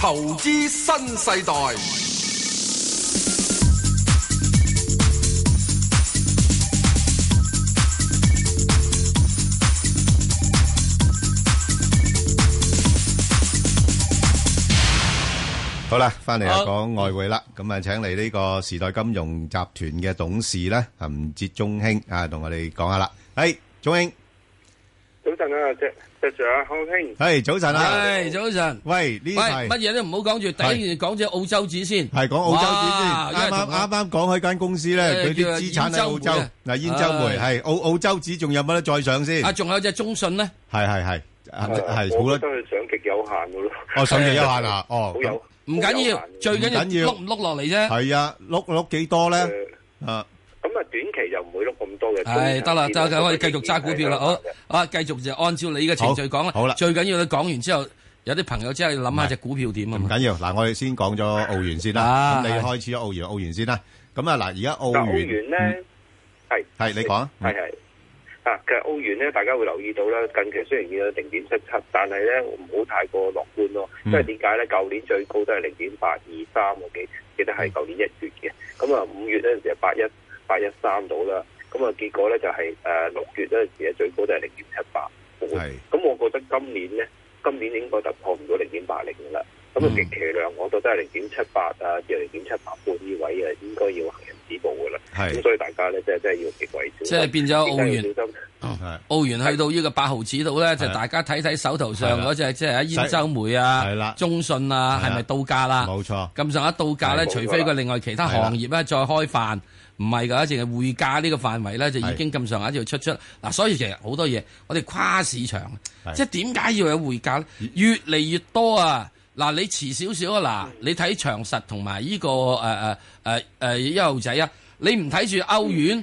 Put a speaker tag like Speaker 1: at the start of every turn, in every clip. Speaker 1: 投資新世代。
Speaker 2: 好啦，翻嚟啊，
Speaker 3: 好
Speaker 2: 講外匯啦，咁啊，請嚟呢個時代金融集團嘅董事咧，吳哲中興啊，同我哋講下啦。係，中興，
Speaker 4: 早晨啊，石石 Sir 啊，康兄，
Speaker 2: 係早晨啊，
Speaker 3: 唉，早晨。
Speaker 2: 喂，呢
Speaker 3: 喂，
Speaker 2: 排
Speaker 3: 乜嘢都唔好講住，第一件講只澳洲紙先。
Speaker 2: 係講澳洲
Speaker 3: 哇
Speaker 2: 紙
Speaker 3: 因為
Speaker 2: 先，啱啱
Speaker 3: 同我
Speaker 2: 啱啱講開間公司咧，
Speaker 3: 誒
Speaker 2: 佢
Speaker 3: 叫
Speaker 2: 啲資產喺澳洲
Speaker 3: 燕州煤
Speaker 2: 嗱，燕州煤係澳澳洲紙仲有冇得再上先？
Speaker 3: 啊，
Speaker 2: 係
Speaker 3: 仲有隻中信咧，
Speaker 2: 係係係係好
Speaker 4: 啊我
Speaker 2: 啦
Speaker 4: 覺，得佢上極有限噶咯，
Speaker 2: 我上嘅有限啦，哦
Speaker 4: 好，有
Speaker 3: 唔緊要
Speaker 4: 好有限，
Speaker 3: 最緊
Speaker 2: 唔緊要
Speaker 3: 要碌唔碌落嚟啫。
Speaker 2: 係啊，碌碌幾多咧？
Speaker 4: 誒
Speaker 2: 啊，
Speaker 4: 咁啊，短期就唔會碌咁多嘅。
Speaker 3: 唉，得啦，得啦，我哋繼續揸股票啦。好
Speaker 4: 好，
Speaker 3: 啊，繼續就按照你嘅程序講啦。
Speaker 2: 好好啦
Speaker 3: 最緊要你講完之後，有啲朋友真係諗下
Speaker 2: 唔係
Speaker 3: 只股票點啊
Speaker 2: 唔
Speaker 3: 嘛。
Speaker 2: 緊要，嗱，我哋先講咗澳元先啦，
Speaker 3: 啊
Speaker 2: 咁你
Speaker 3: 係
Speaker 2: 開始咗澳元澳元先啦，咁啊嗱，而家澳
Speaker 4: 但澳
Speaker 2: 元
Speaker 4: 元
Speaker 3: 嗯
Speaker 4: 咧，係
Speaker 2: 係你講啊
Speaker 4: 係係啊，其實澳元咧，大家會留意到啦。近期雖然見到零點七七，但係咧唔好太過樂觀咯。
Speaker 2: 嗯
Speaker 4: 因為點解咧？舊年最高都係零點八二三，我記記得係舊年一月嘅。咁啊，五月嗰陣時係八一八一三到啦。咁啊，結果咧就係誒六月嗰陣時咧最高都係零點七八
Speaker 2: 係
Speaker 4: 咁我覺得今年咧，今年應該突破唔到零點八零嘅啦。咁啊，
Speaker 3: 嗯
Speaker 4: 極其量我覺得係零點七八啊，至零點七八半呢位啊，應該要行人止步嘅啦。咁
Speaker 2: 係
Speaker 4: 所以大家咧，真係真係要極為小心。
Speaker 3: 即係變咗啊澳元
Speaker 4: 小心。
Speaker 2: 係
Speaker 3: 澳元去到呢個八毫子度咧，就
Speaker 2: 係啊
Speaker 3: 大家睇睇手頭上
Speaker 2: 係啦
Speaker 3: 嗰只，即係燕州煤啊
Speaker 2: 係啦、
Speaker 3: 中信啊，
Speaker 2: 係啦
Speaker 3: 係咪到價啦？
Speaker 2: 冇錯。
Speaker 3: 咁上下到價咧，
Speaker 4: 係
Speaker 3: 除非佢另外其他行業咧再開飯，唔係㗎，淨係匯價呢個範圍咧就已經咁上下就要出出嗱，所以其實好多嘢我哋跨市場
Speaker 2: 係，
Speaker 3: 即係點解要有匯價咧？越嚟越多啊！嗱，你遲少少啊！嗱，你睇長實同埋呢個誒誒誒誒一號仔啊，你唔睇住歐元，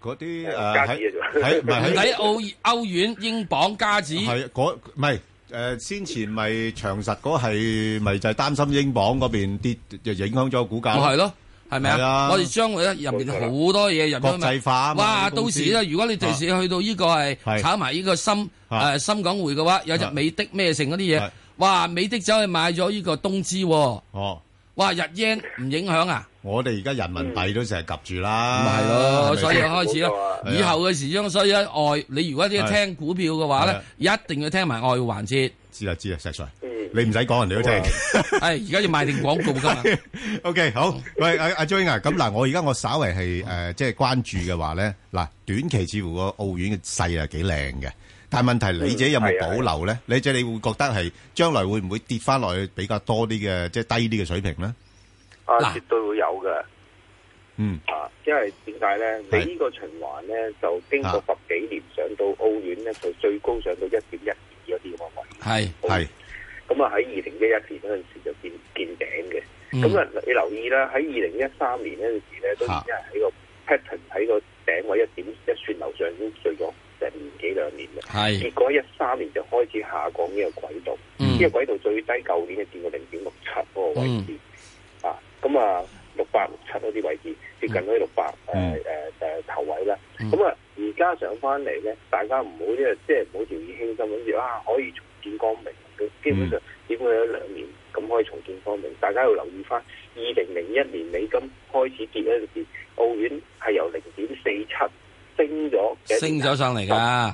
Speaker 2: 嗰啲
Speaker 4: 誒
Speaker 2: 誒
Speaker 4: 加
Speaker 2: 喺
Speaker 4: 紙嘅啫
Speaker 2: 喺唔
Speaker 3: 唔
Speaker 2: 係
Speaker 3: 睇澳歐元、英鎊、加
Speaker 2: 喺
Speaker 3: 紙，
Speaker 2: 嗯係嗰唔係誒先前咪長實嗰係咪就係擔心英鎊嗰邊跌就影響咗股
Speaker 3: 咪
Speaker 2: 價
Speaker 3: 係
Speaker 2: 咯，
Speaker 3: 咯，係咪
Speaker 2: 係
Speaker 3: 啊
Speaker 2: 啊？
Speaker 3: 我哋將會咧入面好多嘢入
Speaker 2: 國
Speaker 3: 咗咪
Speaker 2: 際化啊嘛
Speaker 3: 哇！
Speaker 2: 啲公
Speaker 3: 到
Speaker 2: 司
Speaker 3: 時咧，如果你第時去到呢個
Speaker 2: 係
Speaker 3: 係炒埋呢個深
Speaker 2: 啊
Speaker 3: 誒深港匯嘅話，有隻
Speaker 2: 啊
Speaker 3: 美的咩成嗰啲
Speaker 2: 係
Speaker 3: 嘢，哇！美的走去買咗呢個東芝喎，
Speaker 2: 哦。
Speaker 3: 哇！日 yen 唔影響啊，
Speaker 2: 我哋而家人民幣都成日及住啦，
Speaker 3: 咪係咯，
Speaker 2: 咪
Speaker 3: 所以
Speaker 2: 先
Speaker 3: 開始
Speaker 4: 冇錯啊
Speaker 3: 啦。
Speaker 2: 係啊
Speaker 3: 以後嘅時鐘，所以咧外你如果你要
Speaker 2: 係
Speaker 3: 聽股票嘅話咧，一定要聽埋外匯環 節。
Speaker 2: 知啦知啦，石 Sir，
Speaker 4: 嗯
Speaker 2: 你唔使講人哋都聽。
Speaker 3: 係而家要賣定廣告㗎嘛，
Speaker 2: OK，好。喂，阿阿 Joey 啊，咁嗱，我而家我稍為係
Speaker 4: 嗯
Speaker 2: 誒，即係關注嘅話咧，嗱，短期似乎個澳元嘅勢係幾靚嘅，但係問題你自己有冇
Speaker 4: 嗯係啊
Speaker 2: 保留咧？你即係你會覺得係將來會唔會跌翻落去比較多啲嘅，即係低啲嘅水平咧？
Speaker 4: 啊，
Speaker 3: 嗱
Speaker 4: 絕對會有嘅
Speaker 2: 嗯，
Speaker 4: 啊！因為點解咧？
Speaker 2: 係
Speaker 4: 你呢個循環咧，就經過
Speaker 2: 啊
Speaker 4: 十幾年上到澳元咧，就最高上到一點一二嗰啲個位。
Speaker 3: 係
Speaker 2: 係
Speaker 4: 咁啊，喺二零一一年嗰陣時就見見頂嘅。
Speaker 3: 嗯
Speaker 4: 咁啊、你留意啦，喺二零一三年嗰陣時咧，都
Speaker 2: 啊
Speaker 4: 已經係喺個 pattern 喺個頂位一點一算樓上已經追咗成年幾兩年嘅。
Speaker 3: 係
Speaker 4: 結果一三年就開始下降呢個軌道。
Speaker 3: 嗯
Speaker 4: 呢個軌道最低舊年係見過零點六七嗰個位置，
Speaker 3: 嗯
Speaker 4: 啊，咁啊六百六七嗰啲位置，接近嗰啲六百誒
Speaker 2: 嗯
Speaker 4: 誒誒頭位啦。
Speaker 3: 嗯
Speaker 4: 咁啊，而家上翻嚟咧，大家唔好即係即係唔好掉以輕心，諗住啊可以重見光明。基本
Speaker 3: 嗯
Speaker 4: 上點會有兩年咁可以重見光明？大家要留意翻，二零零一年美金開始跌嗰陣時，澳元係由零點四七升咗幾多年啊，
Speaker 3: 升咗上嚟㗎，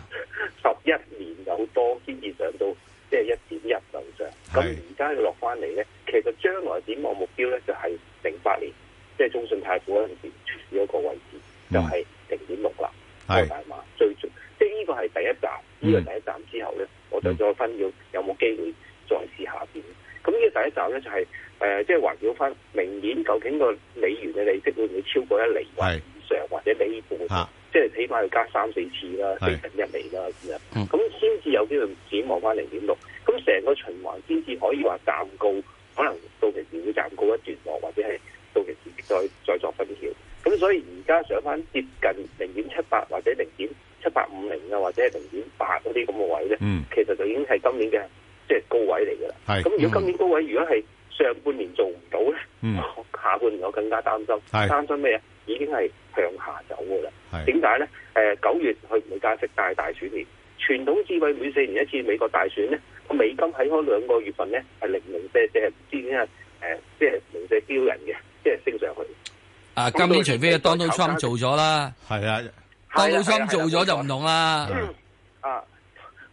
Speaker 4: 十一年有多先至上到即係一點一樓上，咁
Speaker 2: 係
Speaker 4: 而家要落翻嚟咧，其實將來展望目標咧就係零八年，即係中信太古嗰陣時嗰個位置，就係零點六啦，
Speaker 2: 嗯係嗯
Speaker 4: 個大碼最最，即係呢個係第一站，呢、個第一站之後咧，我就再分要有冇機會再試下邊。咁呢個第一站咧就係、誒、即係環繞翻明年究竟個美元嘅利息會唔會超過一厘或
Speaker 2: 係
Speaker 4: 以上，或者呢半？
Speaker 2: 嚇，
Speaker 4: 即係起碼要加三四次啦，四
Speaker 2: 係
Speaker 4: 分一厘啦咁
Speaker 3: 嗯
Speaker 4: 樣，咁先至有機會展望翻零點六，咁成個循環先至可以話暫告，可能到期時會暫告一段落，或者係到期時再再作分曉。咁所以而家上翻接近零點七八或者零點七八五零啊，或者係零點八嗰啲咁嘅位咧，
Speaker 2: 嗯，
Speaker 4: 其實就已經係今年嘅即係高位嚟㗎啦。
Speaker 2: 係
Speaker 4: 咁如果今年高位如果係上半年做唔到咧，
Speaker 2: 嗯
Speaker 4: 下半年我更加擔心，
Speaker 2: 係
Speaker 4: 擔心咩啊？已經係向下走㗎啦。
Speaker 2: 係
Speaker 4: 點解咧？誒、九月佢唔會加息，但係大選年，全傳統智慧每四年一次美國大選咧，個美金喺嗰兩個月份咧係零零舍舍，唔知點解誒，即係零舍飆人嘅，即係升上去。
Speaker 3: 啊，今年除非阿 Donald Trump 做咗啦，Donald
Speaker 2: 啊
Speaker 4: 係啦
Speaker 3: Trump 做咗就唔同啦。
Speaker 4: 啊，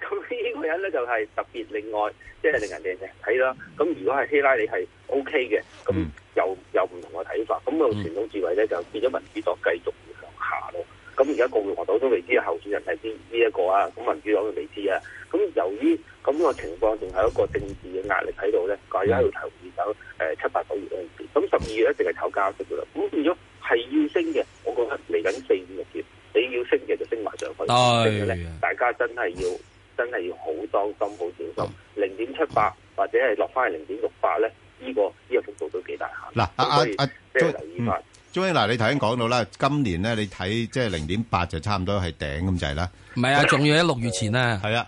Speaker 4: 咁呢個人咧就係、特別另外，即係令人哋睇啦。咁如果係希拉里係 O K 嘅，咁
Speaker 2: 嗯
Speaker 4: 又又唔同嘅睇法。咁個傳統智慧咧就變咗民主黨繼續向下咯。咁而家共和黨都未知候選人係邊呢一個啊，咁民主黨都未知啊。咁由於咁個情況仲係一個政治嘅壓力喺度咧，大家要投二手誒七八九月嗰陣時，咁十二月一定係炒加息噶啦。咁變咗係要升嘅，我覺得嚟緊四五六月你要升嘅就升埋上去，
Speaker 3: 對
Speaker 4: 升嘅咧大家真係要真係要好當心、好小心。零點七八或者係落翻去零點六八咧，呢、個呢、個幅度都幾大下。
Speaker 2: 嗱，阿
Speaker 4: 咁
Speaker 2: 阿
Speaker 4: 所以
Speaker 2: 阿鍾嗯
Speaker 4: 即係留意翻。
Speaker 2: 鍾英嗱，你頭先講到啦，今年咧你睇即係零點八就差唔多係頂咁滯啦。
Speaker 3: 唔係啊，仲要喺六月前啊，
Speaker 2: 係啊，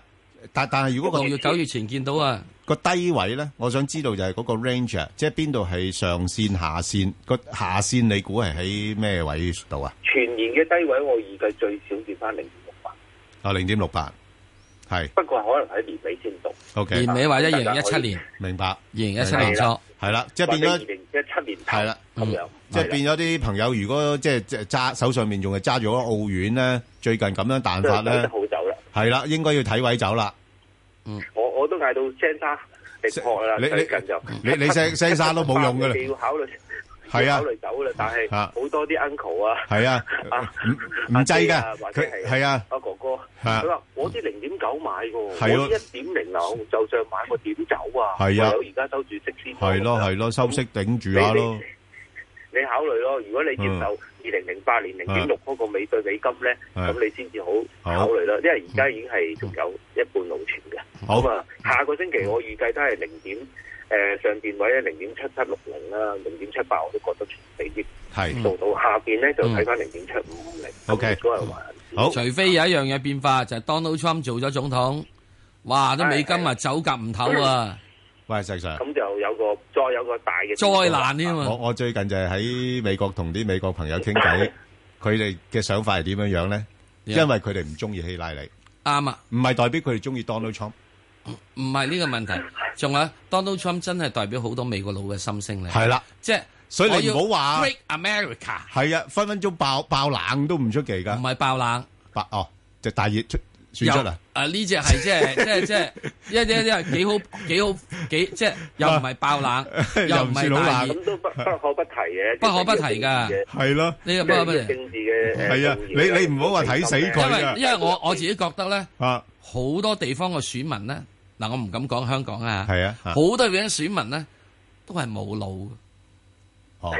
Speaker 2: 但但係如果
Speaker 3: 六
Speaker 2: 個
Speaker 3: 月九月前見到啊，
Speaker 2: 個低位咧，我想知道就係嗰個 range，啊即係邊度係上線下線？個下線你估係喺咩位度啊？
Speaker 4: 全年嘅低位，我預計最少跌翻零點六八，
Speaker 2: 啊，零點六八，係
Speaker 4: 不過可能喺年尾先到。
Speaker 2: OK，
Speaker 3: 年尾或者二零一七年、
Speaker 2: 明白，
Speaker 3: 二零一七年初，
Speaker 2: 係啦，即係變
Speaker 4: 或者二
Speaker 2: 咗。
Speaker 4: 零一七年頭
Speaker 2: 係啦嗯
Speaker 4: 咁樣，
Speaker 2: 即係變咗啲朋友，如果即係即係揸手上面仲係揸住嗰個澳元咧，最近咁樣彈
Speaker 4: 係
Speaker 2: 法
Speaker 4: 啦走
Speaker 2: 咧
Speaker 4: 得，好走啦。
Speaker 2: 係啦，應該要睇位走啦。
Speaker 4: 我我都嗌到聲沙力破啦，
Speaker 2: 你你
Speaker 4: 最近就
Speaker 2: 你你聲聲沙都冇 用㗎啦
Speaker 4: 你要考慮
Speaker 2: 係啊
Speaker 4: 要考慮走啦。但係
Speaker 2: 啊
Speaker 4: 好多啲 uncle 啊，
Speaker 2: 係啊，
Speaker 4: 啊
Speaker 2: 唔唔制㗎，佢係啊，
Speaker 4: 阿哥哥，
Speaker 2: 啊
Speaker 4: 佢話我啲零點九買㗎，
Speaker 2: 係咯
Speaker 4: 我啲一點零樓就上買，我點走啊？
Speaker 2: 係啊
Speaker 4: 唯有而家收住息先。
Speaker 2: 係咯係咯，收息頂住下咯。
Speaker 4: 你考慮咯。如果你接受二零零八年零點六嗰個美對美金咧，
Speaker 2: 嗯
Speaker 4: 咁你先至好
Speaker 2: 好嗯
Speaker 4: 考慮啦。因為而家已經係仲有一半路程嘅。
Speaker 2: 好
Speaker 4: 咁啊，下個星期我預計都係零點誒上邊位咧啊零點七七六零啦，零點七八我都覺得俾啲
Speaker 2: 係
Speaker 4: 做到。下邊咧就睇翻零點七五五零。
Speaker 2: 嗯 OK
Speaker 4: 都係還好。
Speaker 2: 好
Speaker 3: 除非有一樣嘢變化，就係 Donald Trump 做咗總統，哇！啲美金啊走夾唔唞啊，
Speaker 2: 喂，石 Sir。
Speaker 4: 咁就有個再有個大嘅
Speaker 3: 災難添
Speaker 2: 我
Speaker 3: 啊！
Speaker 2: 我最近就係喺美國同啲美國朋友傾 偈，佢哋嘅想法係點樣樣咧？因
Speaker 3: Yeah
Speaker 2: 為佢哋唔中意希拉里，
Speaker 3: 啱啊，
Speaker 2: 唔係代表佢哋中意 Donald Trump。
Speaker 3: 唔係呢個問題。仲有 Donald Trump 真係代表好多美國佬嘅心聲嚟，
Speaker 2: 係啦，
Speaker 3: 即係
Speaker 2: 所以你
Speaker 3: 我要
Speaker 2: 唔好話
Speaker 3: Break America，
Speaker 2: 係啊，分分鐘爆爆冷都唔出奇
Speaker 3: 唔
Speaker 2: 㗎。
Speaker 3: 係爆冷。
Speaker 2: 白哦，就大熱出選出啦。，
Speaker 3: 有！啊呢只係即係即係即係一啲一啲幾好幾好幾即係又唔係爆冷又唔
Speaker 2: 又唔算好
Speaker 3: 係
Speaker 2: 冷
Speaker 3: 大熱，
Speaker 4: 咁都 不不可不提嘅，
Speaker 3: 不可不提㗎
Speaker 4: 呢
Speaker 2: 係咯，
Speaker 3: 呢個
Speaker 4: 個
Speaker 3: 不可不
Speaker 4: 政
Speaker 3: 提。
Speaker 4: 治嘅誒
Speaker 2: 係啊
Speaker 4: 動搖
Speaker 2: 你你唔好話睇死 佢
Speaker 3: 因
Speaker 2: 佢
Speaker 3: 為
Speaker 2: 啊
Speaker 3: 因為我我自己覺得咧，
Speaker 2: 啊，
Speaker 3: 好多地方嘅選民咧，嗱我唔敢講香港啊，
Speaker 2: 係啊，啊
Speaker 3: 好多嘅選民咧都係冇腦嘅，
Speaker 2: 哦，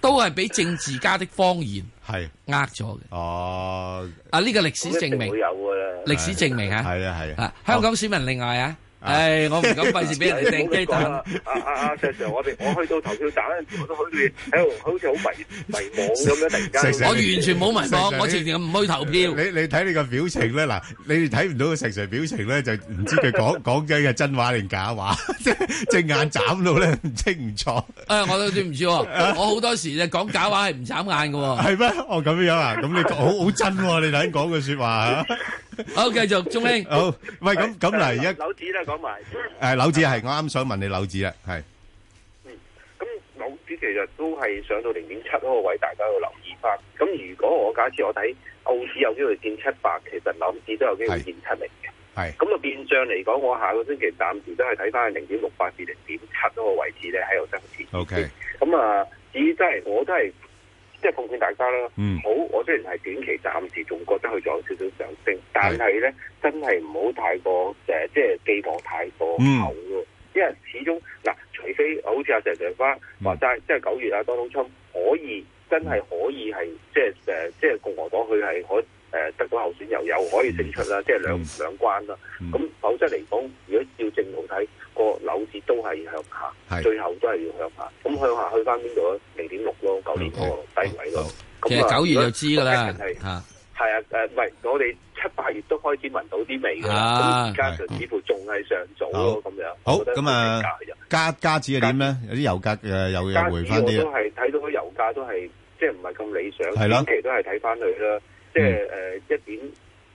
Speaker 3: 都係俾政治家的謊言
Speaker 2: 係，
Speaker 3: 呃咗嘅。
Speaker 2: 哦，
Speaker 3: 啊呢個歷史證
Speaker 4: 一定
Speaker 3: 明
Speaker 4: 會，有㗎啦。
Speaker 3: 歷史證明啊！
Speaker 2: 係啊，係
Speaker 3: 啊香港選民另外啊，
Speaker 2: 啊
Speaker 3: 唉我唔敢費事俾人哋掟雞 蛋。
Speaker 4: 啊啊啊！石 Sir，我哋我去到投票站嗰陣時，我都好似喺度，好似好迷迷惘咁樣，突然間。
Speaker 2: 石 Sir，
Speaker 3: 我完全冇迷
Speaker 2: 石 Sir，
Speaker 3: 茫，我直情唔去投票。
Speaker 2: 你你睇你個表情咧，嗱，你哋睇唔到個石 Sir 表情咧，就唔知佢講講緊嘅真話 定假話，即係隻眼眨到咧唔清唔楚，
Speaker 3: 诶，我都對唔住喎，我好多時咧講假話係唔眨眼嘅喎。
Speaker 2: 係咩？哦咁樣啊，咁你講好好真喎，你頭先講嘅説話嚇，
Speaker 3: 好，繼續，鐘英，
Speaker 2: 好，喂，咁咁嗱，而家
Speaker 4: 樓子啦，講埋。
Speaker 2: 誒樓子係，我啱想問你樓子啊，係
Speaker 4: 咁樓子其實都係上到零點七嗰個位，大家要留意翻。咁如果我假設我睇澳市有機會見七百，其實樓子都有機會見七零嘅。
Speaker 2: 係
Speaker 4: 咁啊變相嚟講，我下個星期暫時都係睇翻零點六八至零點七嗰個位置咧，喺度增持。
Speaker 2: OK，
Speaker 4: 咁啊，至於真係我都係即係奉勸大家啦。
Speaker 2: 嗯，
Speaker 4: 好，我雖然係短期暫時仲覺得佢仲有少少上升，但係咧真係唔好太過誒、即係寄望太過
Speaker 2: 嗯
Speaker 4: 厚咯。因為始終嗱、除非好似阿石石花話
Speaker 2: 嗯
Speaker 4: 齋，即係九月啊，當當春可以真係可以係即係誒，即係共和黨佢係可誒、得到候選又有可以勝出啦，即係兩、
Speaker 2: 嗯
Speaker 4: 兩關啦。
Speaker 2: 嗯
Speaker 4: 咁、否則嚟講，如果照正路睇，個樓市都係向下，
Speaker 2: 係
Speaker 4: 最後都係要向下。咁向下去翻邊度咧？零點六咯，九年嗰個低位咯。咁
Speaker 3: 其實
Speaker 4: 啊
Speaker 3: 九月就知噶
Speaker 4: 如
Speaker 3: 啦
Speaker 4: 果係
Speaker 3: 吓。
Speaker 4: 係啊，誒唔係，我哋七八月都開始聞到啲味㗎啦。
Speaker 3: 啊
Speaker 4: 咁而家就似乎仲係上早咯，咁樣。
Speaker 2: 好
Speaker 4: 我覺得
Speaker 2: 咁啊
Speaker 4: 個定價就
Speaker 2: 加加指係點咧？有啲油價誒又又
Speaker 4: 加
Speaker 2: 回
Speaker 4: 指
Speaker 2: 翻啲啦
Speaker 4: 我都，係睇到個油價都係即係唔係咁理想，
Speaker 2: 係啦嗯
Speaker 4: 短期都係睇翻佢啦，即係誒一點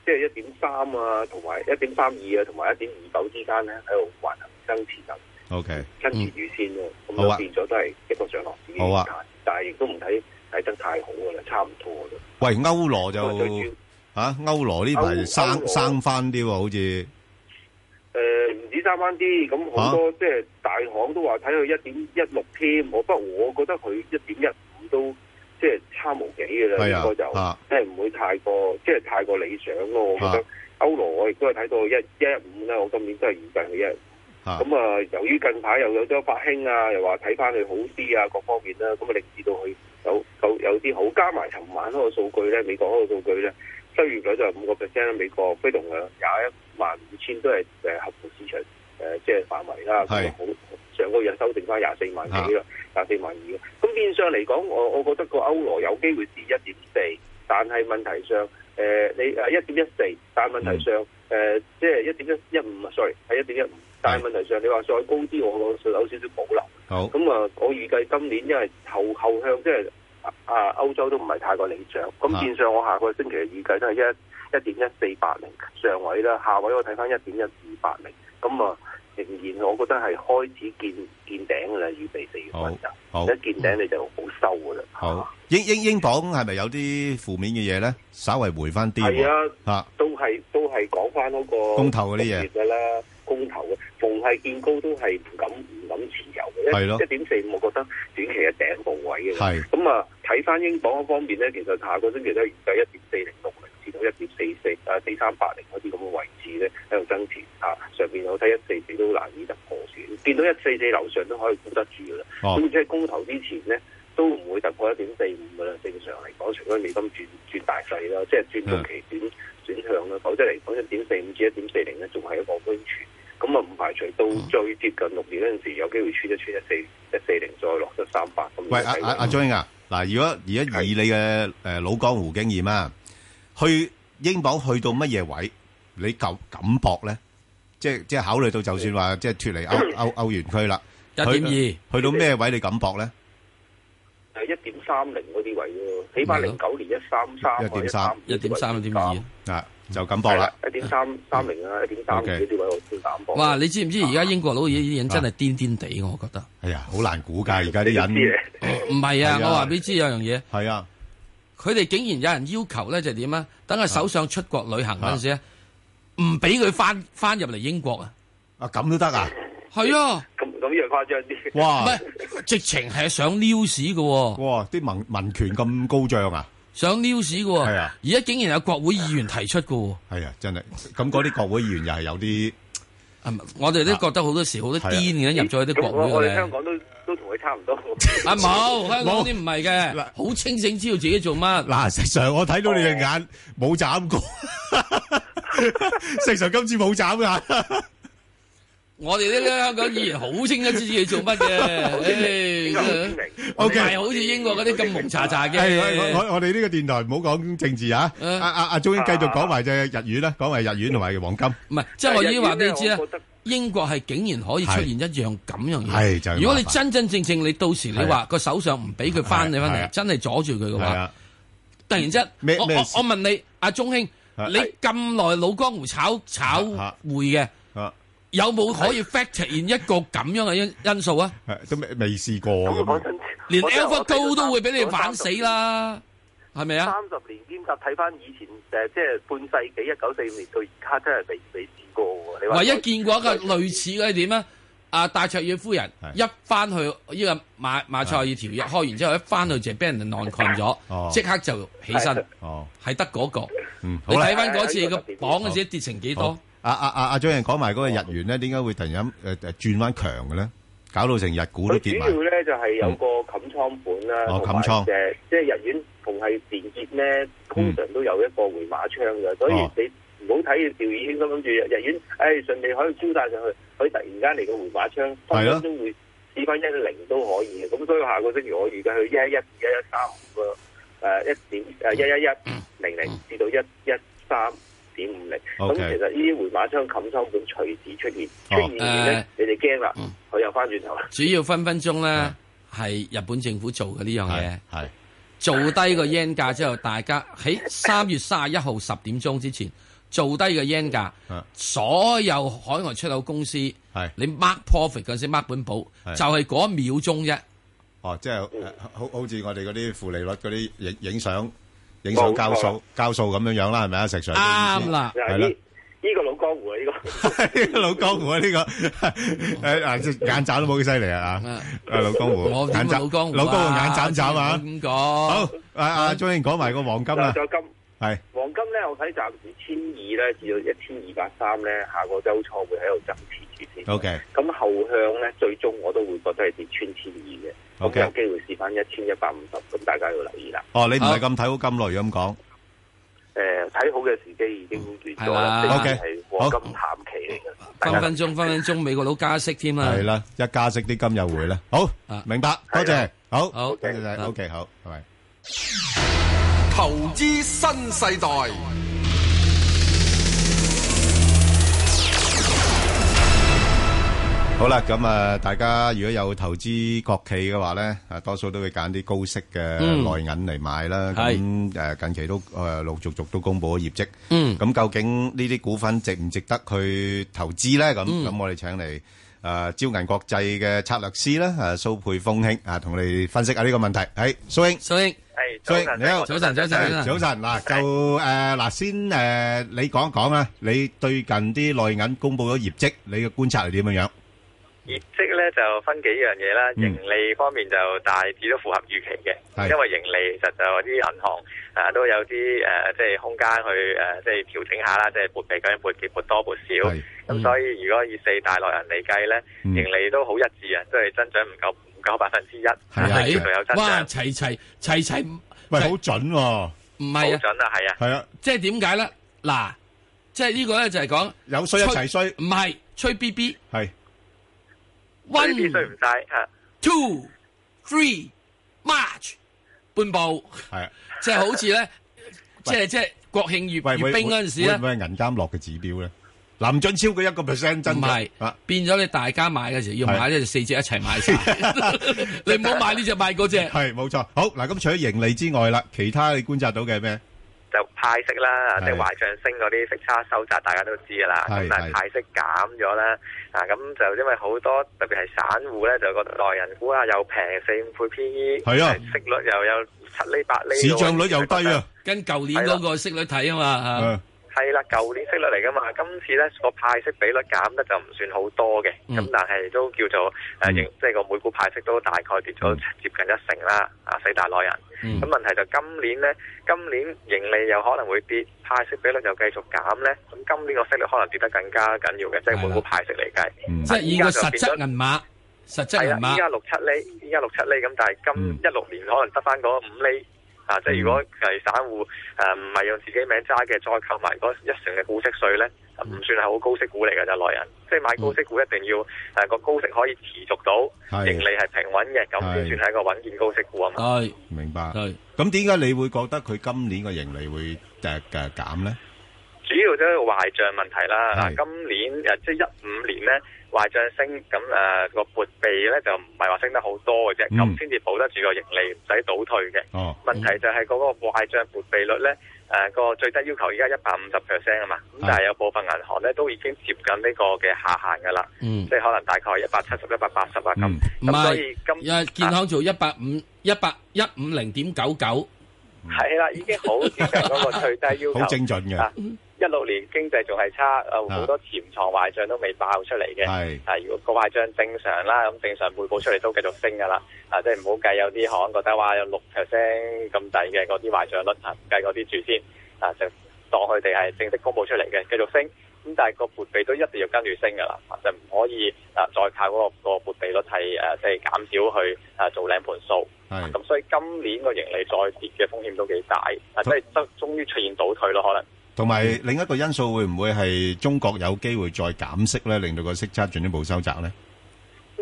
Speaker 4: 即係一點三啊，同埋一點三二啊，同埋一點二九之間咧喺度橫行增持緊，
Speaker 2: OK，
Speaker 4: 跟住預先咯，咁
Speaker 2: 嗯好啊
Speaker 4: 就變咗都係一個上落市
Speaker 2: 好啊
Speaker 4: 嘅態但係亦都唔睇睇得太好噶啦，差唔多噶啦。
Speaker 2: 喂，歐羅
Speaker 4: 咁啊最主
Speaker 2: 就吓歐羅呢排
Speaker 4: 歐歐
Speaker 2: 生
Speaker 4: 羅
Speaker 2: 生翻啲喎，好似
Speaker 4: 誒呃唔止三蚊啲，咁
Speaker 2: 啊
Speaker 4: 好多即係大行都話睇佢一點一六添，我不過我覺得佢一點一五都即係差無幾嘅啦，
Speaker 2: 係
Speaker 4: 應
Speaker 2: 啊
Speaker 4: 該就
Speaker 2: 啊
Speaker 4: 即係唔會太過即係太過理想咯。我覺
Speaker 2: 啊
Speaker 4: 得歐羅我亦都係睇到一一一五啦，我今年都係預計佢一。
Speaker 2: 吓
Speaker 4: 咁啊，由於近排又有咗發興啊，又話睇翻佢好啲啊，各方面啦，咁啊令至到佢有有有啲好，加埋尋晚嗰個數據咧，美國嗰個數據咧，失業率就係五個 percent 啦，美國非農量廿一萬五千都係誒合乎市場誒即係範圍啦，咁
Speaker 2: 係
Speaker 4: 啊好上個月修正翻廿四萬幾啦，廿四萬二，咁變相嚟講，我我覺得個歐羅有機會跌一點四，但係問題上。誒、你誒一點一四，但係問題上誒、即係一點一一五啊，sorry 係一點一五，但係問題上你話再高啲，我我有少少保留。
Speaker 2: 好
Speaker 4: 咁啊，我預計今年因為後後向即係啊歐洲都唔係太過理想，
Speaker 2: 啊
Speaker 4: 咁變相我下個星期嘅預計都係一一點一四八零上位啦，下位我睇翻一點一二八零，咁啊仍然我覺得係開始見見頂㗎啦，預備四月份就
Speaker 2: 好好
Speaker 4: 一見頂你就好收㗎啦。啊
Speaker 2: 好英英英鎊係咪有啲負面嘅嘢咧？稍微回翻啲
Speaker 4: 係
Speaker 2: 喎
Speaker 4: 啊。
Speaker 2: 吓
Speaker 4: 都係都係講翻嗰個
Speaker 2: 公投嗰啲嘢
Speaker 4: 嘅啦，公投嘅，逢係見高都係唔敢唔敢持有嘅，
Speaker 2: 係咯
Speaker 4: 一點四五，我覺得短期嘅頂部位嘅。
Speaker 2: 係
Speaker 4: 咁啊，睇翻英鎊嗰方面咧，其實下個星期都係預計一點四零六零至到一點四四啊四三八零嗰啲咁嘅位置咧喺度增持啊，上邊我睇一四四都難以突破先，見到一四四樓上都可以估得住噶啦。
Speaker 2: 哦
Speaker 4: 咁即係公投之前咧，都唔會突破一點四五㗎啦。正常嚟講，除非美金轉轉大勢啦，即係轉中期
Speaker 2: 嗯
Speaker 4: 短轉向啦，否則嚟講一點四五至一點四零咧，仲係一個安全。咁啊，唔排除到
Speaker 2: 嗯
Speaker 4: 最接近六年嗰陣時，有機會穿一穿一四一四零，再落得三百咁。
Speaker 2: 喂，阿-阿-阿張英啊，嗱，如果-如果
Speaker 4: 係。
Speaker 2: 以你嘅，誒，老江湖經驗啊，去英鎊去到乜嘢位，你夠-敢搏呢？即係-即係考慮到就算話，即係脫離歐-歐
Speaker 3: 一
Speaker 2: -歐元區啦，去-
Speaker 3: 點
Speaker 2: 去到咩位你敢搏呢？
Speaker 4: 係一點三零嗰啲位咯，起碼零九年一三三啊
Speaker 2: 1.3
Speaker 3: 二、一點三、一點二。
Speaker 2: 啊，就咁搏啦。，
Speaker 4: 一點三三零啊，一點三二嗰啲位我先膽搏。
Speaker 3: 哇！你知唔知而家英國佬
Speaker 2: 啊
Speaker 3: 嘢啲人真係癲癲地，我覺得。
Speaker 2: 哎呀，好難估㗎，而家啲人。
Speaker 4: 你知
Speaker 3: 唔係啊，
Speaker 2: 啊係啊
Speaker 3: 我話俾你知有樣嘢，佢哋竟然有人要求咧，就點啊？等佢首相出國旅行嗰陣時
Speaker 2: 啊
Speaker 3: 咧，唔俾佢翻翻入嚟英國啊！
Speaker 2: 係啊，啊，咁都得啊？哇，
Speaker 3: 係啊，
Speaker 4: 咁咁樣誇張啲。
Speaker 2: 啊
Speaker 3: 唔係直情係想 news 嘅喎，
Speaker 2: 哇，啲民-民權咁高漲啊？係啊，真係。咁嗰啲國會議員
Speaker 3: 想 news 嘅喎。
Speaker 2: 係啊
Speaker 3: 而家竟然有國會議員提出嘅喎
Speaker 2: 又係有啲-
Speaker 3: 啊係咪，我哋都覺得好多時好多
Speaker 2: 係啊
Speaker 3: 癲嘅人入咗去啲
Speaker 4: 咁
Speaker 3: 國
Speaker 4: 我我
Speaker 3: 會
Speaker 4: 哋
Speaker 3: 嘅
Speaker 4: 香
Speaker 3: 咧。
Speaker 4: 港都都同佢 差唔多。
Speaker 3: 啊冇，香港
Speaker 2: 冇
Speaker 3: 啲唔係嘅，好清醒知道自己做乜。
Speaker 2: 嗱，石 Sir，我睇到你隻眼冇眨 過，石 Sir 今次冇眨眼，
Speaker 3: 我哋呢啲香港議員好清楚知自己做 乜嘅，
Speaker 4: 應該好鮮
Speaker 3: 唉
Speaker 4: 明。
Speaker 3: 唔
Speaker 2: OK
Speaker 3: 係好似英國嗰啲咁蒙查查嘅。
Speaker 2: 係我我我哋呢個電台唔好講政治啊！阿
Speaker 3: 嗯
Speaker 2: 阿阿鍾英繼續講埋隻日元啦，講埋日元同埋黃金，
Speaker 3: 唔係，即係我已經話俾你知啦啊
Speaker 4: 我覺得，
Speaker 3: 英國係竟然可以出現一樣咁樣
Speaker 2: 係就係
Speaker 3: 嘢。
Speaker 2: 麻煩
Speaker 3: 如果你真真正正你到時你
Speaker 2: 係
Speaker 3: 話個首相唔俾佢翻你翻
Speaker 2: 係啊
Speaker 3: 嚟，真係阻住佢嘅
Speaker 2: 係
Speaker 3: 話，
Speaker 2: 啊，
Speaker 3: 突然之間，
Speaker 2: 咩
Speaker 3: 我我
Speaker 2: 咩事
Speaker 3: 我問你，阿鐘兄，
Speaker 2: 係
Speaker 3: 你咁耐老江湖炒炒
Speaker 2: 嚇
Speaker 3: 匯嘅，
Speaker 2: 啊
Speaker 3: 有冇可以 factor in 一個咁樣嘅因因素啊？
Speaker 2: 係都未未試過
Speaker 4: 咁講
Speaker 2: 咁，
Speaker 4: 真，
Speaker 3: 連
Speaker 4: 我真係
Speaker 3: Alpha
Speaker 4: 我睇到
Speaker 3: Go 都會俾你
Speaker 4: 三
Speaker 3: 反死。啦，係咪
Speaker 4: 三
Speaker 3: 啊？
Speaker 4: 十年兼夾睇翻以前誒，即係半世紀一九四五年到而家，真係未未試過喎。你話
Speaker 3: 唯一見過一個類似嘅係點啊？阿戴卓爾夫人
Speaker 2: 係
Speaker 3: 一翻去呢個馬馬賽爾條約開完之後，一翻去就俾人哋內困
Speaker 2: 哦
Speaker 3: 咗，即刻就起身，
Speaker 2: 哦，
Speaker 3: 係得嗰個。
Speaker 2: 嗯，好
Speaker 3: 你
Speaker 2: 啦，
Speaker 3: 睇翻嗰次
Speaker 4: 係
Speaker 3: 個
Speaker 4: 係係
Speaker 3: 榜嗰時跌成幾
Speaker 2: 好
Speaker 3: 多？
Speaker 2: 阿阿阿阿鍾英講埋嗰個日元咧，點解會突然間誒誒轉翻強嘅咧？搞到成日股都
Speaker 4: 佢
Speaker 2: 跌
Speaker 4: 主
Speaker 2: 埋，嗯
Speaker 4: 要咧就係有個冚倉盤啦，
Speaker 2: 哦
Speaker 4: 同埋
Speaker 2: 冚倉
Speaker 4: 誒，即係日元同係連結咧，通常都有一個回馬槍嘅，所以
Speaker 2: 嗯哦
Speaker 4: 你唔好睇掉以輕心，諗住日元誒順利可以飆晒上去，佢突然間嚟個回馬槍，
Speaker 2: 係咯
Speaker 4: 分分鐘會試翻一零都可以嘅。咁所以下個星期我預計去一一一一三五個誒一
Speaker 2: 嗯
Speaker 4: 點誒一一一零零至到一一三點五零。咁
Speaker 2: 嗯 OK
Speaker 4: 其實呢啲回馬槍冚倉盤隨時出現，
Speaker 2: 哦
Speaker 4: 出現完咧你哋驚啦
Speaker 3: 嗯，
Speaker 4: 佢又翻轉頭啦。
Speaker 3: 主要分分鐘咧係日本政府做嘅呢樣嘢
Speaker 2: 係，係
Speaker 3: 做低個 yen 價之後，大家喺三月三十一號十點鐘之前做低嘅 yen 價
Speaker 2: 啊，
Speaker 3: 所有海外出口公司，
Speaker 2: 係
Speaker 3: 你 mark profit 嗰陣時 mark 本簿，
Speaker 2: 係
Speaker 3: 就係嗰一秒鐘啫。
Speaker 2: 哦，即係誒好好似我哋嗰啲負利率嗰啲影影相影相交數交數咁樣樣啦，係咪啊？石 Sir 嘅意
Speaker 3: 啱
Speaker 2: 思
Speaker 3: 啦，
Speaker 5: 就係
Speaker 2: 係啦
Speaker 5: 呢呢個老江湖啊，呢個。
Speaker 2: 老江湖啊，呢個誒啊隻眼爪都冇咁犀利啊！
Speaker 3: 啊
Speaker 2: 啊，老江湖，
Speaker 3: 我點
Speaker 2: 眼
Speaker 3: 會
Speaker 2: 爪，
Speaker 3: 老江湖啊
Speaker 2: 老江湖眼 斬斬啊！
Speaker 3: 咁講
Speaker 2: 好，阿阿張英講埋個黃金 啊啦，
Speaker 5: 就金
Speaker 2: 係
Speaker 5: 黃金咧，我睇暫時千二咧至到一千二百三咧，下個周初會喺度增持住先。
Speaker 2: OK，
Speaker 5: 咁後向咧，最終我都會覺得係跌穿千二嘅，
Speaker 2: OK
Speaker 5: 咁有機會試翻一千一百五十，咁大家要留意啦。
Speaker 2: 哦，你唔係咁睇好金類咁 講，
Speaker 5: 誒、睇好嘅時機已經完咗
Speaker 3: 係啦
Speaker 5: 啦，呢啲
Speaker 2: OK，
Speaker 5: 係黃金淡期嚟嘅。大家
Speaker 3: 分分鐘分分鐘美國佬加息添啊！
Speaker 2: 係啦，一加息啲金又回啦，好
Speaker 3: 啊，
Speaker 2: 明白，多謝，好，
Speaker 3: 好
Speaker 2: 多謝晒
Speaker 3: 啊
Speaker 2: ，OK，好，係咪？
Speaker 1: 投資新世代，
Speaker 2: 好啦，咁啊，大家如果有投資國企嘅話咧，啊，多數都會揀啲高息嘅
Speaker 3: 嗯
Speaker 2: 內銀嚟買啦。
Speaker 3: 係
Speaker 2: 咁誒，近期都誒陸續續都公布咗業績。
Speaker 3: 嗯
Speaker 2: 咁究竟呢啲股份值唔值得去投資咧？咁
Speaker 3: 嗯
Speaker 2: 咁，我哋請嚟誒招銀國際嘅策略師啦，誒蘇佩峰兄啊，同你分析下呢個問題。係蘇兄，
Speaker 3: 所以
Speaker 5: 係
Speaker 2: 所以
Speaker 5: 早晨
Speaker 2: 你好
Speaker 3: 早晨，早晨，
Speaker 2: 早晨嗱，就誒嗱，先誒你講一講啊，你最近啲內銀公布咗業績，你嘅觀察係點樣樣？
Speaker 4: 業績咧就分幾樣嘢啦，
Speaker 2: 嗯
Speaker 4: 盈利方面就大致都符合預期嘅，
Speaker 2: 係
Speaker 4: 因為盈利其實就啲銀行啊都有啲誒、呃即係空間去誒、呃即係調整下啦，即係撥備究竟撥撥多撥少，
Speaker 2: 係
Speaker 4: 咁所以如果以四大內銀嚟計咧，
Speaker 2: 嗯
Speaker 4: 盈利都好一致啊，都係增長唔夠唔夠百分之一，
Speaker 2: 啊
Speaker 4: 但係
Speaker 2: 係
Speaker 4: 叫做有增
Speaker 3: 哇！
Speaker 4: 長，
Speaker 3: 齊齊齊齊，唔
Speaker 2: 喂，好準喎，
Speaker 4: 好
Speaker 3: 係啊，
Speaker 4: 準啊，係啊，
Speaker 2: 係啊。
Speaker 3: 即係點解咧？嗱，即係呢個咧就係講
Speaker 2: 有衰一齊衰，
Speaker 3: 唔係吹 B B
Speaker 2: 係
Speaker 4: 呢啲衰唔
Speaker 3: one
Speaker 4: 晒嚇。啊
Speaker 3: two three march 半步，
Speaker 2: 係啊，
Speaker 3: 即係好似咧，即係即係國慶閱
Speaker 2: 喂
Speaker 3: 閱
Speaker 2: 喂，
Speaker 3: 兵嗰陣時咧
Speaker 2: 會唔，會係銀監落嘅指標咧？林俊超佢一個 percent 真
Speaker 3: 唔係
Speaker 2: 啊，
Speaker 3: 變咗你大家買嘅時候要買咧就四隻一齊 買晒，你唔好買呢只買嗰只。
Speaker 2: 係冇錯。好嗱，咁除咗盈利之外啦，其他你觀察到嘅係咩？
Speaker 4: 就派息啦，
Speaker 2: 係
Speaker 4: 即係壞帳升嗰啲息差收窄，大家都知噶啦。
Speaker 2: 係
Speaker 4: 咁但
Speaker 2: 係
Speaker 4: 係派息減咗啦，啊咁就因為好多特別係散戶咧，就覺得內人股啊又平四五倍 P E，
Speaker 2: 係啊
Speaker 4: 息率又有七厘八厘，
Speaker 2: 市漲率又低啊，
Speaker 3: 跟舊年嗰個息率睇啊嘛，嚇
Speaker 2: 誒
Speaker 4: 係啦，舊年息率嚟噶嘛，今次咧個派息比率減得就唔算好多嘅，
Speaker 3: 嗯
Speaker 4: 咁、但係都叫做誒
Speaker 2: 嗯
Speaker 4: 盈，即係個每股派息都大概跌咗
Speaker 2: 嗯
Speaker 4: 接近一成啦，啊四大內人。
Speaker 3: 嗯
Speaker 4: 咁、問題就今年呢，今年盈利有可能會跌，派息比率又繼續減呢。咁今年個息率可能跌得更加緊要嘅，即係每股派息嚟計。
Speaker 2: 嗯
Speaker 3: 即係以個實質銀碼，實質
Speaker 4: 係
Speaker 3: 銀
Speaker 4: 啦，
Speaker 3: 碼
Speaker 4: 依。家六七厘，依家六七厘咁，但係今
Speaker 2: 嗯
Speaker 4: 一六年可能得翻嗰五厘。啊！即係如果係散戶誒唔係用自己名揸嘅，再扣埋嗰一成嘅股息稅咧，唔算係好高息股嚟㗎就內人。即係買高息股一定要誒個高息可以持續到，
Speaker 2: 嗯係
Speaker 4: 盈利係平穩嘅，咁先算係一個穩健高息股啊嘛。
Speaker 3: 對
Speaker 2: 明白。
Speaker 3: 對，
Speaker 2: 咁點解你會覺得佢今年嘅盈利會誒誒減咧？
Speaker 4: 主要都係壞帳問題啦。
Speaker 2: 係
Speaker 4: 嗱，今年誒即係一五年咧，壞帳升，咁誒個撥備咧就唔係話升得好多嘅啫，
Speaker 2: 嗯
Speaker 4: 咁先至保得住個盈利，唔使倒退嘅。
Speaker 2: 哦，
Speaker 4: 問題就係嗰個壞帳撥備率咧，誒、個最低要求而家一百五十 percent 啊嘛，咁但係有部分銀行咧都已經接近呢個嘅下限㗎啦，
Speaker 3: 嗯
Speaker 4: 即，係可能大概一百七十、一百八十啊咁
Speaker 2: 嗯。
Speaker 3: 唔
Speaker 4: 咁所
Speaker 3: 係
Speaker 4: 以，今啊
Speaker 3: 因為健康做一百五一百一五零點九九，
Speaker 4: 係啦，已經好接近嗰個最低要 求。
Speaker 2: 好精準嘅，
Speaker 4: 啊一六年經濟仲係差，誒
Speaker 2: 啊
Speaker 4: 好多潛藏壞帳都未爆出嚟嘅。
Speaker 2: 係
Speaker 4: 啊，如果個壞帳正常啦，咁正常匯報出嚟都繼續升噶啦。啊，即係唔好計有啲行覺得話有六 percent 咁低嘅嗰啲壞帳率，啊，唔計嗰啲住先。啊，就當佢哋係正式公佈出嚟嘅，繼續升。咁但係個撥備都一定要跟住升噶啦，啊就唔可以啊再靠嗰、個、個撥備率係誒、啊即係減少去啊做領盤數。
Speaker 2: 係
Speaker 4: 咁所以今年個盈利再跌嘅風險都幾大，啊，即係終終於出現倒退咯，可能。
Speaker 2: 同埋另一個因素會唔會係中國有機會再減息咧，令到個息差進一步收窄咧？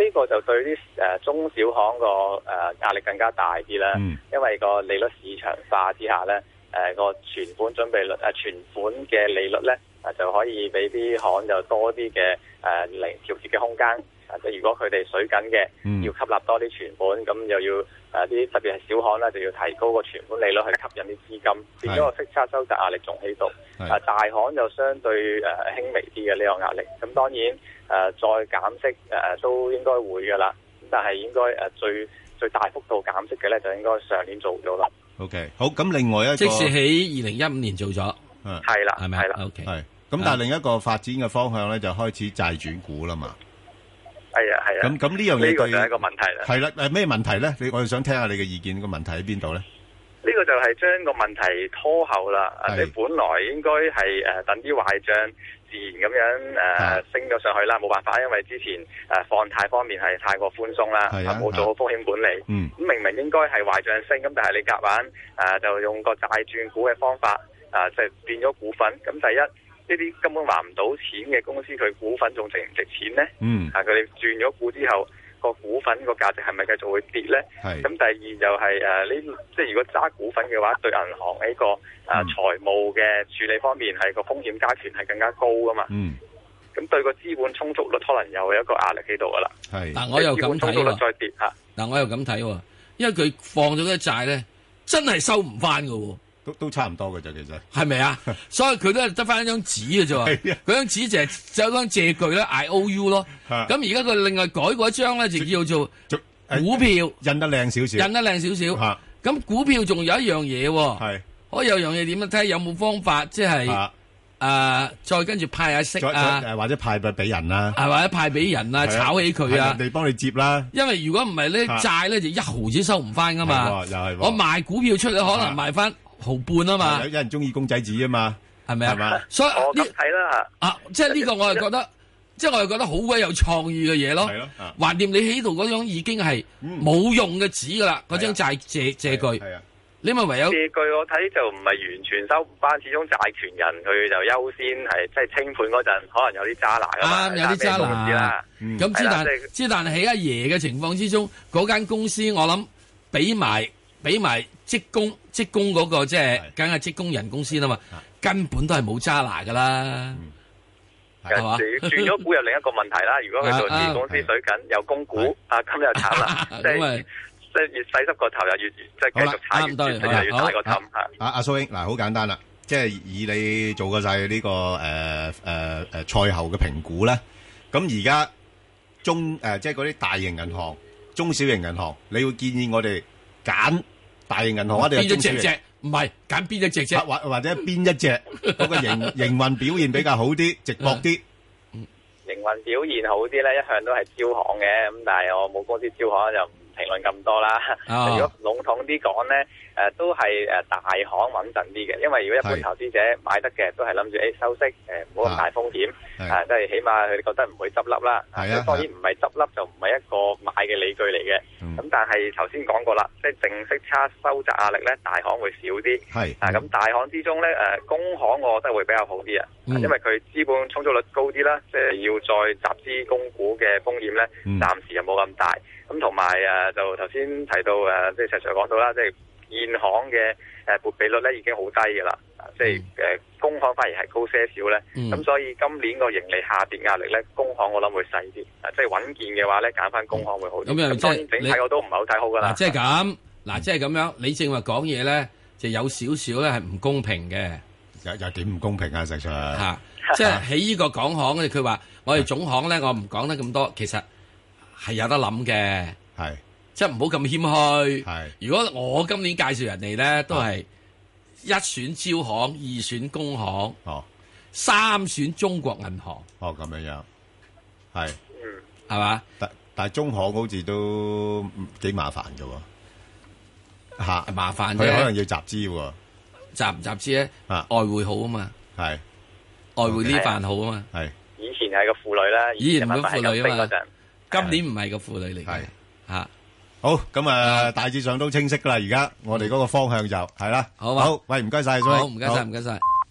Speaker 4: 呢個就對啲誒、呃中小行個誒、呃、壓力更加大啲啦，
Speaker 2: 嗯
Speaker 4: 因為個利率市場化之下咧，誒、個存款準備率誒、呃存款嘅呃利率咧，啊就可以俾啲行就多啲嘅誒零調節嘅空間，啊啊，即係如果佢哋水緊嘅，
Speaker 2: 嗯
Speaker 4: 要吸納多啲存款，咁又要誒啲、特別係小行啦，就要提高個存款利率去吸引啲資金，變咗個息差收窄壓力仲喺度。
Speaker 2: 係
Speaker 4: 啊，大行就相對誒、呃、輕微啲嘅呢個壓力。咁當然誒、呃再減息誒、呃都應該會㗎啦，咁但係應該誒、呃最最大幅度減息嘅咧，就應該上年做咗啦。
Speaker 2: OK，好，咁另外一個-
Speaker 3: 即使喺二零一五年做咗，
Speaker 2: 啊，
Speaker 4: 係啦，
Speaker 3: 係咪
Speaker 4: 係啦，
Speaker 3: ？O K，
Speaker 2: 係。咁但係另一個發展嘅方向呢，就開始債轉股啦嘛。
Speaker 4: 係啊，係啊。
Speaker 2: 咁-咁呢樣嘢
Speaker 4: 呢個
Speaker 2: 對-
Speaker 4: 就係一個問題啦。
Speaker 2: 係啦，誒，咩問題呢？你-我哋想聽下你嘅意見，個問題喺邊度呢？
Speaker 4: 呢個就係將個問題拖後啦，啊
Speaker 2: 係
Speaker 4: 即係本來應該係誒、呃等啲壞帳自然咁樣誒、呃
Speaker 2: 啊
Speaker 4: 升咗上去啦，冇辦法，因為之前誒、呃放貸方面係太過寬鬆啦，
Speaker 2: 係啊
Speaker 4: 冇做好風險管理。
Speaker 2: 嗯
Speaker 4: 咁明明應該係壞帳升，咁但係你夾硬誒就用個債轉股嘅方法誒，就變咗股份。咁第一呢啲根本還唔到錢嘅公司，佢股份仲值唔值錢呢？
Speaker 2: 嗯
Speaker 4: 啊，佢哋轉咗股之後，個股份個價值係咪繼續會跌呢？
Speaker 2: 係
Speaker 4: 咁第二就係誒呢，即係如果揸股份嘅話，對銀行呢個誒
Speaker 2: 嗯
Speaker 4: 財務嘅處理方面係個風險加權係更加高噶嘛。
Speaker 2: 嗯係
Speaker 4: 咁對個資本充足率可能又有一個壓力喺度噶啦。
Speaker 3: 嗱我又
Speaker 4: 資本
Speaker 3: 咁
Speaker 4: 充
Speaker 3: 睇
Speaker 4: 足率
Speaker 3: 喎，
Speaker 4: 再跌嚇，
Speaker 3: 嗱我又咁睇喎，因為佢放咗啲債咧，真係收唔翻嘅喎。
Speaker 2: 都-都差唔多嘅啫，其實。
Speaker 3: 係咪 啊？所以佢都係得翻一張紙嘅啫喎
Speaker 2: 係啊，
Speaker 3: 嗰張紙就係就有張借據啦，I O U 咯。
Speaker 2: 啊
Speaker 3: 咁而家佢另外改嗰張咧，就叫做
Speaker 2: 仲-誒，
Speaker 3: 股票，
Speaker 2: 印得靚少少。
Speaker 3: 印得靚少少
Speaker 2: 啊。
Speaker 3: 咁股票仲有一樣嘢喎，
Speaker 2: 係，啊，
Speaker 3: 可以有樣嘢點樣睇下有冇方法，即係誒再跟住派下息
Speaker 2: 再-
Speaker 3: 啊，
Speaker 2: 再-誒，或者派俾人啦。
Speaker 3: 係或者派俾人啊，
Speaker 2: 係啊，
Speaker 3: 炒起佢啊。
Speaker 2: 係人哋幫你接啦。
Speaker 3: 因為如果唔係咧，
Speaker 2: 啊
Speaker 3: 債咧就一毫子收唔翻噶嘛。
Speaker 2: 係喎又係喎
Speaker 3: 我賣股票出去可
Speaker 2: 啊
Speaker 3: 能賣翻毫半啊嘛
Speaker 2: 有-，有人鍾意公仔紙啊嘛。
Speaker 3: 係咪
Speaker 2: 係嘛
Speaker 3: 啊？所以
Speaker 4: 我
Speaker 3: 呢
Speaker 4: 咁睇啦嚇。
Speaker 3: 啊，即係呢個我係覺得，即係我係覺得好鬼有創意嘅嘢咯
Speaker 2: 係咯啊。
Speaker 3: 橫掂你喺度嗰種已經係
Speaker 2: 嗯
Speaker 3: 冇用嘅紙噶啦，嗰張
Speaker 2: 係
Speaker 3: 債借借據，
Speaker 2: 係啊。
Speaker 3: 你咪唯有
Speaker 4: 借據我睇就唔係完全收唔翻，始終債權人佢就優先係即係清盤嗰陣，可能有啲渣拿㗎
Speaker 3: 啱
Speaker 4: 嘛
Speaker 3: 有啲渣啊
Speaker 4: 但係咩都唔知啦
Speaker 3: 男。
Speaker 2: 嗯
Speaker 3: 咁
Speaker 4: 係
Speaker 3: 之
Speaker 4: 啦
Speaker 3: 但
Speaker 4: 即係
Speaker 3: 之但喺阿爺嘅情況之中，嗰間公司我諗俾埋俾埋職工職工嗰個即係
Speaker 2: 係
Speaker 3: 梗係職工人工先啊嘛
Speaker 2: 啊，
Speaker 3: 根本都係冇渣拿噶啦，係嘛？，
Speaker 4: 轉咗股有另一個問題啦。如果佢做自己公司水緊，又供股啊，咁又慘啦 即
Speaker 3: 因為
Speaker 4: 係即係越洗濕個頭，又越即係繼續踩
Speaker 3: 好啦
Speaker 4: 越
Speaker 3: 啱對
Speaker 4: 越洗就越大個氹嚇。
Speaker 2: 啊阿-呃阿蘇英，嗱，好簡單啦，即係以你做過晒呢個，誒，誒，誒，賽後嘅評估呢，咁而家中-誒，即係嗰啲大型銀行、中小型銀行，你會建議我哋揀大型銀行啊，定係
Speaker 3: 邊一隻
Speaker 2: 中小型？
Speaker 3: 隻唔係揀邊一隻啫？
Speaker 2: 啊，或 -或者邊一隻嗰個營-營運表現比較好啲、直播啲？
Speaker 3: 啊
Speaker 4: 營運表現好啲咧，一向都係招行嘅，咁但係我冇公司招行就唔評論咁多啦。
Speaker 3: 啊
Speaker 4: 如果籠統啲講咧，誒、都係誒大行穩陣啲嘅，因為如果一
Speaker 2: 係
Speaker 4: 般投資者買得嘅都係諗住誒收息，誒唔好咁大風險，
Speaker 2: 係
Speaker 4: 啊即係起碼佢哋覺得唔會執笠啦。
Speaker 2: 係啊
Speaker 4: 咁當然唔係執笠就唔係一個買嘅理據嚟嘅。
Speaker 2: 嗯
Speaker 4: 咁、但係頭先講過啦，即係淨息差收窄壓力咧，大行會少啲。
Speaker 2: 係，
Speaker 4: 啊，咁大行之中咧，誒、工行我覺得會比較好啲啊，
Speaker 3: 嗯
Speaker 4: 因為佢資本充足率高啲啦，即係要再集資供股嘅風險咧，
Speaker 2: 嗯
Speaker 4: 暫時又冇咁大。咁同埋誒，就頭先提到誒、即係石 Sir 講到啦，即係現行嘅誒撥備率咧已經好低嘅啦，啊即係誒、工行反而係高些少咧。
Speaker 3: 嗯
Speaker 4: 咁、所以今年個盈利下跌壓力咧，工行我諗會細啲，啊即係穩健嘅話咧，揀翻工行會好啲。
Speaker 3: 咁又
Speaker 4: 咁
Speaker 3: 即係
Speaker 4: 當然整
Speaker 3: 你
Speaker 4: 體我都唔係好睇好噶啦
Speaker 3: 嗱，。即係咁，
Speaker 2: 嗯
Speaker 3: 嗱，即係咁樣，你正話講嘢咧，就有少少咧係唔公平嘅
Speaker 2: 有-有點唔公平啊，石Sir。
Speaker 3: 嚇，即係喺呢個港行咧，佢話我哋總行咧，我唔講得咁多，其實係有得諗嘅，即係唔好咁謙虛。
Speaker 2: 係，係，係。啊
Speaker 3: 如果我今年介紹人哋咧，都係一選招行，二選工行，
Speaker 2: 哦
Speaker 3: 三選中國銀行，
Speaker 2: 哦，哦，咁樣樣。係。
Speaker 4: 嗯。
Speaker 3: 係嘛？
Speaker 2: 但但係中行好似都嗯幾麻煩嘅喎，嚇
Speaker 3: 麻煩
Speaker 2: 佢可能
Speaker 3: 啫，
Speaker 2: 要集資喎，
Speaker 3: 集唔集資咧？
Speaker 2: 啊
Speaker 3: 外匯好啊嘛，
Speaker 2: 係
Speaker 3: 外匯呢飯好啊嘛，
Speaker 2: 係
Speaker 4: 以前係個婦女啦，
Speaker 3: 以前唔係
Speaker 4: 人民幣係
Speaker 3: 婦女啊嘛
Speaker 4: 咁升嗰陣
Speaker 3: 今年唔係個婦女嚟嘅
Speaker 2: 係
Speaker 3: 嚇。
Speaker 2: 好咁啊，大致上都清晰㗎啦。而家我哋嗰個方向就係啦，
Speaker 3: 好啊
Speaker 2: 好喂，唔該晒，蘇
Speaker 3: 好，
Speaker 2: 兄
Speaker 3: 唔該
Speaker 2: 好
Speaker 3: 晒，唔該晒。